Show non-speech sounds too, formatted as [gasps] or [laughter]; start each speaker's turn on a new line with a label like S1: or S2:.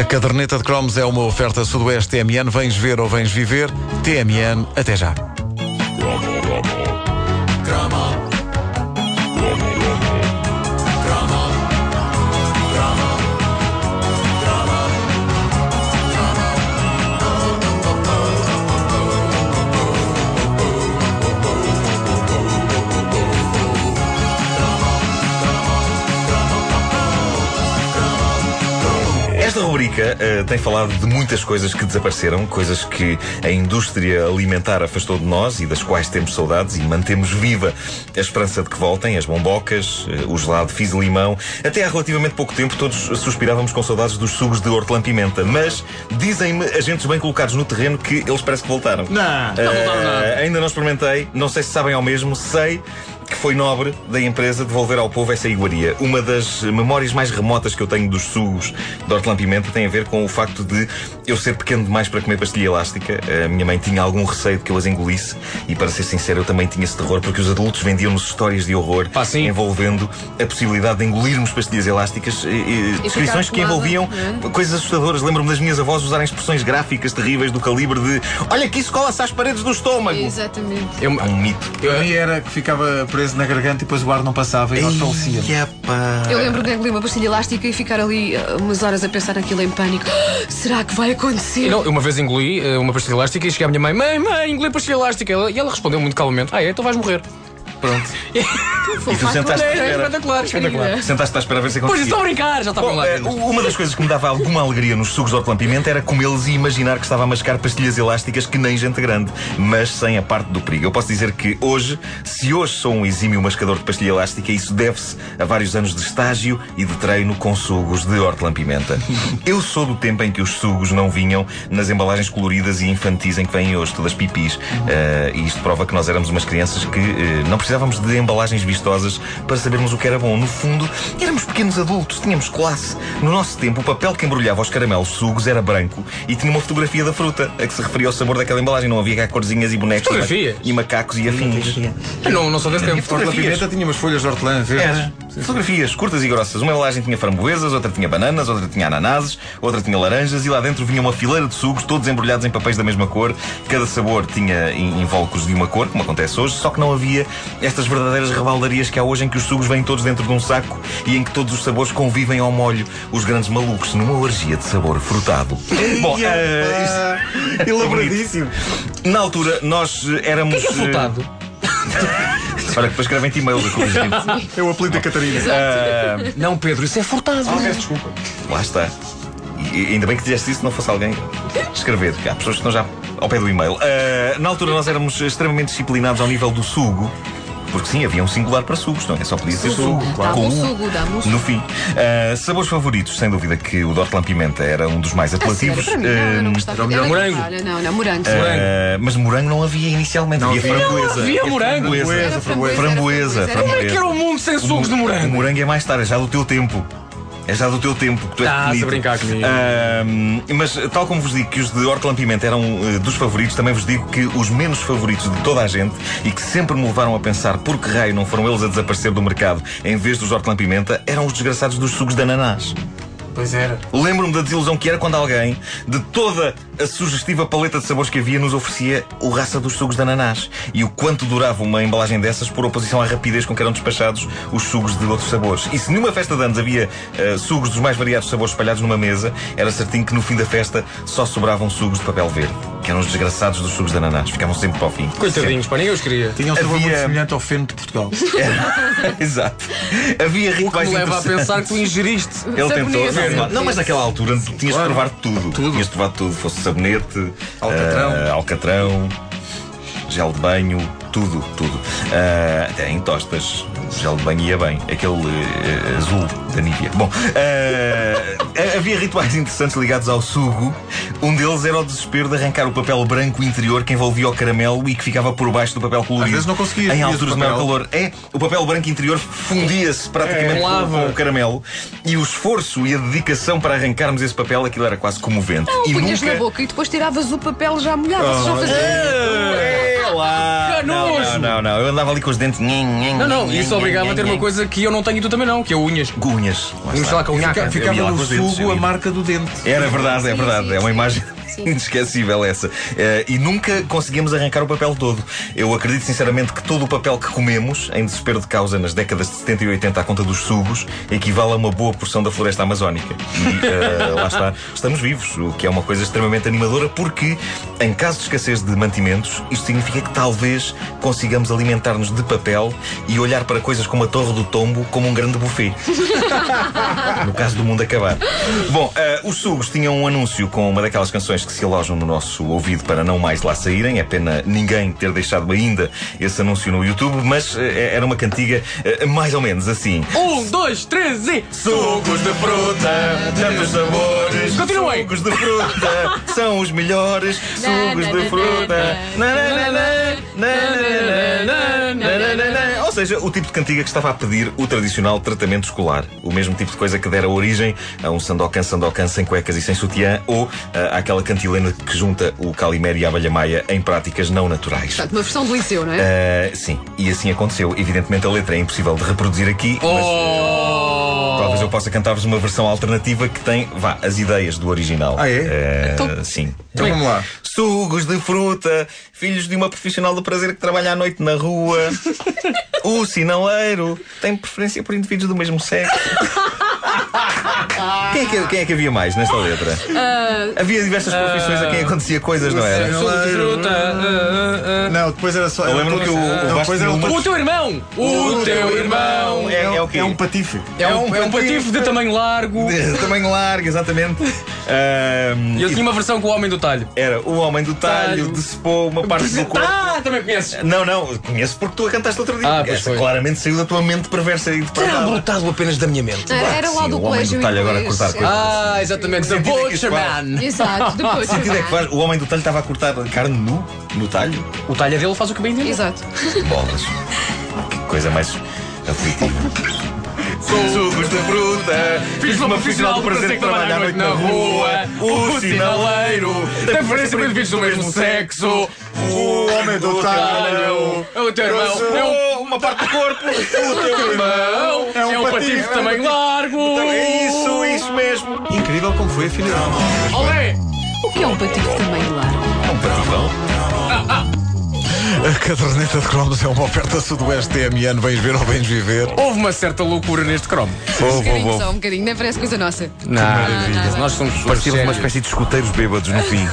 S1: A caderneta de cromos é uma oferta Sudoeste TMN. Vens ver ou vens viver? TMN, até já.
S2: Esta rubrica eh, tem falado de muitas coisas que desapareceram, coisas que a indústria alimentar afastou de nós e das quais temos saudades e mantemos viva a esperança de que voltem, as bombocas, eh, o gelado fiz limão. Até há relativamente pouco tempo todos suspirávamos com saudades dos sugos de hortelã-pimenta, mas dizem-me agentes bem colocados no terreno que eles parece que voltaram.
S3: Não, não
S2: Eh,
S3: voltaram nada.
S2: Ainda não experimentei, não sei se sabem ao mesmo, sei que foi nobre da empresa devolver ao povo essa iguaria. Uma das memórias mais remotas que eu tenho dos sugos de hortelã-pimenta tem a ver com o facto de eu ser pequeno demais para comer pastilha elástica. A minha mãe tinha algum receio de que eu as engolisse e, para ser sincero, eu também tinha esse terror porque os adultos vendiam-nos histórias de horror
S3: Pá, sim.
S2: envolvendo a possibilidade de engolirmos pastilhas elásticas, eh, eh, descrições que
S4: colada,
S2: envolviam
S3: né?
S4: não é?
S2: coisas assustadoras. Lembro-me das minhas avós usarem expressões gráficas terríveis do calibre de Olha que isso cola-se às paredes do estômago.
S4: Exatamente.
S3: Eu,
S2: É um mito.
S5: Eu vi era que ficava preso na garganta e depois o ar não passava e nós falecíamos.
S2: Ia, pá.
S4: Eu lembro de engolir uma pastilha elástica e ficar ali ah, umas horas a pensar naquilo em pânico. [gasps] Ah, Será que vai acontecer?
S3: eu não, eu uma vez engoli eh, uma pastilha elástica e cheguei à minha mãe: Mãe, mãe, engoli a pastilha elástica. Ela- E ela respondeu muito calmamente: Ah, é, então vais morrer.
S5: Pronto.
S4: Foi
S2: E tu sentaste à
S3: É, é
S2: espera.
S3: espetacular, espetacular.
S2: Sentaste à espera a ver se
S3: Pois,
S2: acontecia.
S3: estou a brincar, já estava
S2: Bom,
S3: lá.
S2: eh, uma das coisas que me dava alguma alegria nos sucos de hortelã-pimenta era comê-los e imaginar que estava a mascar pastilhas elásticas que nem gente grande, mas sem a parte do perigo. Eu posso dizer que hoje, se hoje sou um exímio mascador de pastilha elástica, isso deve-se a vários anos de estágio e de treino com sugos de hortelã-pimenta. Eu sou do tempo em que os sugos não vinham nas embalagens coloridas e infantis em que vêm hoje, todas pipis. Eh, e isto prova que nós éramos umas crianças que eh, não precisávamos de embalagens vistosas para sabermos o que era bom. No fundo, éramos pequenos adultos, tínhamos classe. No nosso tempo, o papel que embrulhava os caramelos sugos era branco e tinha uma fotografia da fruta a que se referia ao sabor daquela embalagem. Não havia cá corzinhas e bonecos e ma-
S3: Fotografias?
S2: e macacos e afins.
S3: Eu não, não sou desse tempo.
S5: A pimenta tinha umas folhas de hortelã verdes.
S2: é Era. Fotografias curtas e grossas. Uma embalagem tinha framboesas, outra tinha bananas, outra tinha ananases, outra tinha laranjas e lá dentro vinha uma fileira de sucos, todos embrulhados em papéis da mesma cor. Cada sabor tinha in- invólucros de uma cor, como acontece hoje, só que não havia estas verdadeiras rebaldarias que há hoje em que os sucos vêm todos dentro de um saco e em que todos os sabores convivem ao molho. Os grandes malucos numa orgia de sabor frutado.
S5: Ah,
S2: Bom, eh, isto-
S5: isto... Elaboradíssimo.
S2: na altura nós eh, éramos.
S3: O que
S2: eh,
S3: é resultado?
S2: Olha, depois escrevem-te e-mails a corrigir.
S5: É o apelido da Catarina.
S2: Ah,
S3: Não, Pedro, isso é furtado.
S5: desculpa.
S2: Lá está. E, e ainda bem que disseste isso, não fosse alguém escrever. Há pessoas que estão já ao pé do e-mail. Ah, na altura nós éramos extremamente disciplinados ao nível do sugo. Porque sim, havia um singular para sugos, não é? Só podia ser sugo.
S4: Dá-me
S2: Com
S4: um
S2: U
S4: sugo, dá-me um
S2: No
S4: sugo.
S2: fim. Ah, sabores favoritos, sem dúvida que o de hortelã-pimenta era um dos mais
S4: A Ah, sério,
S2: apelativos.
S4: para mim, não, eu não
S2: Ah,
S4: gostava.
S3: era o melhor
S4: Era
S3: morango.
S4: Olha, não, não, morango. sim.
S2: ah, mas morango não havia inicialmente, havia framboesa.
S3: havia morango.
S2: Framboesa,
S4: Era framboesa,
S2: framboesa.
S4: era framboesa.
S3: Como é que era o mundo sem sugos de
S2: O
S3: morango?
S2: morango é mais tarde, é já do teu tempo. É já do teu tempo que tu és
S3: Estás Tá, a
S2: pequenito.
S3: brincar comigo.
S2: Ahm, mas, tal como vos digo que os de hortelã-pimenta eram eh, dos favoritos, também vos digo que os menos favoritos de toda a gente e que sempre me levaram a pensar por que raio não foram eles a desaparecer do mercado em vez dos hortelã-pimenta eram os desgraçados dos sugos de ananás.
S5: Pois era.
S2: Lembro-me da desilusão que era quando alguém, de toda a sugestiva paleta de sabores que havia, nos oferecia o raça dos sugos de ananás. E o quanto durava uma embalagem dessas por oposição à rapidez com que eram despachados os sugos de outros sabores. E se numa festa de anos havia eh, sugos dos mais variados sabores espalhados numa mesa, era certinho que no fim da festa só sobravam sugos de papel verde, que eram os desgraçados dos sugos de ananás. Ficavam sempre para o fim.
S3: Coitadinhos, pá, ninguém os queria.
S5: Tinha um sabor
S2: Havia-
S5: muito semelhante ao feno de Portugal.
S2: Sempre. [laughs] Exato. Havia
S3: O que
S2: rituais
S3: me leva a
S2: interessantes.
S3: pensar que tu ingeriste.
S2: Ele tentou.
S4: Sabonete.
S2: Não, não, mas naquela altura tinhas de
S5: Claro.
S2: provar tudo.
S5: Tudo.
S2: Tinhas de provar tudo. Fosse sabonete,
S5: Alcatrão.
S2: ah, alcatrão, gel de banho, tudo, tudo. Ah, até em tostas. Gel de banho ia bem. Aquele eh, azul da Nivea. Bom, ah, [laughs] havia rituais interessantes ligados ao sugo. Um deles era o desespero de arrancar o papel branco interior que envolvia o caramelo e que ficava por baixo do papel colorido.
S5: vezes não conseguias,
S2: Em
S5: vias o
S2: alturas de maior
S5: papel.
S2: calor. É, o papel branco interior fundia-se praticamente
S3: É,
S2: com-
S3: lava.
S2: com o caramelo. E o esforço e a dedicação para arrancarmos esse papel, aquilo era quase comovente.
S4: Não,
S2: e
S4: punhas
S2: nunca. Ah.
S4: na boca e depois tiravas o papel já molhado. Vocês já faziam.
S2: É, lá!
S3: Que
S2: Não,
S3: nojo!
S2: não, não, não. Eu andava ali com os dentes. Não,
S3: Não, não, isso obrigava a ter uma coisa que eu não tenho e tu também não, que é unhas.
S2: Cunhas. Lá
S3: Vamos
S2: está.
S3: lá com a unhaca.
S2: Eu ia
S5: Ficava
S2: lá
S5: no
S2: com os dentes,
S5: sugo
S2: eu
S5: a
S2: ia.
S5: marca do dente.
S2: Era verdade, é
S4: Sim,
S2: verdade.
S4: sim,
S2: é uma
S4: sim.
S2: imagem
S4: Sim.
S2: inesquecível essa. Eh, e nunca conseguimos arrancar o papel todo. Eu acredito sinceramente que todo o papel que comemos, em desespero de causa nas décadas de 70 e 80 à conta dos sugos, equivale a uma boa porção da floresta amazónica. E eh, lá está, estamos vivos, o que é uma coisa extremamente animadora, porque em caso de escassez de mantimentos, isto significa que talvez consigamos alimentar-nos de papel e olhar para coisas como a Torre do Tombo como um grande buffet. No caso do mundo acabar. Bom, eh, os Sugos tinham um anúncio com uma daquelas canções que se alojam no nosso ouvido para não mais lá saírem. É pena ninguém ter deixado ainda esse anúncio no YouTube, mas eh, era uma cantiga eh, mais ou menos assim.
S3: Um, dois, três e.
S2: Sucos de fruta, tantos sabores.
S3: Continuem.
S2: Sucos de fruta são os melhores. Sucos de fruta. Na, na, na, na, na, na, na, na, na, na, na. Ou seja, o tipo de cantiga que estava a pedir o tradicional tratamento escolar. O mesmo tipo de coisa que dera origem a um sandocan sandocan sem cuecas e sem sutiã ou ah, àquela cantilena que junta o calimério e a abelha maia em práticas não naturais.
S5: Tá.
S4: Portanto, uma versão do liceu, não é?
S2: Ah, sim, e assim aconteceu. Evidentemente a letra é impossível de reproduzir aqui, mas
S3: Oh!
S2: Talvez eu possa cantar-vos uma versão alternativa que tem, vá, as ideias do original.
S5: Ah, é?
S2: Eh, sim.
S5: Então vamos lá.
S2: Sugos de fruta, filhos de uma profissional do prazer que trabalha à noite na rua. o sinaleiro tem preferência por indivíduos do mesmo sexo. quem, é que, quem é que havia mais nesta letra? havia diversas profissões a quem acontecia coisas, não era?
S5: sinaleiro.
S3: Suco de fruta. ah, ah,
S5: Não, depois era só.
S2: Eu lembro que o, o
S5: Não,
S2: Vasco
S5: depois era um
S2: Milmo-
S3: ah. O teu irmão! O teu irmão!
S2: é, é o quê?
S5: É um patife.
S3: É um, é um patife de tamanho largo.
S2: de [laughs] tamanho largo, exatamente. Ahm, tipo,
S3: E eu tinha uma versão com o homem do talho.
S2: Era o homem do talho,
S3: Talho.
S2: decepou uma parte do corpo.
S3: Ah, também conheces!
S2: Não, não, conheço porque tu a cantaste outro dia.
S3: Ah, pois
S2: Essa
S3: foi.
S2: claramente saiu da tua mente perversa e depravada.
S3: brotado apenas da minha mente.
S4: Ah, era lá
S2: sim,
S4: do
S2: o homem do
S4: colégio
S2: talho agora a
S4: inglês. Ah.
S2: cortar coisas.
S3: Ah, exatamente. The
S2: sentido é que isto
S3: Butcher
S2: faz? [laughs]
S3: Man.
S4: Exato, depois.
S2: Que sentido é que faz? O homem do talho estava a cortar carne nu no talho?
S3: O talho é dele faz o que bem dele.
S4: Exato.
S2: Bolas. que coisa mais aflitiva. Sucos de fruta,
S3: Fiz uma profissional do prazer que trabalha à noite na rua. O sinaleiro tem preferência para indivíduos do mesmo sexo.
S2: O homem do
S3: é Talho. É o teu irmão. É um
S2: uma parte do corpo. O teu
S3: irmão. É um patife de tamanho largo.
S2: É isso, isso mesmo.
S5: Incrível como foi a filha
S3: Olé!
S4: O que é um patife também largo?
S2: É um patifão.
S1: A caderneta de cromos é uma oferta sudoeste TMN. Vens ver ou vens viver?
S3: Houve uma certa loucura neste cromo.
S1: Vou, vou,
S4: Bocadinho
S1: vou.
S4: só, um bocadinho, nem parece coisa nossa.
S3: Não, nós somos pessoas
S2: Parecíamos uma
S3: sérias.
S2: espécie de escuteiros bêbados no fim.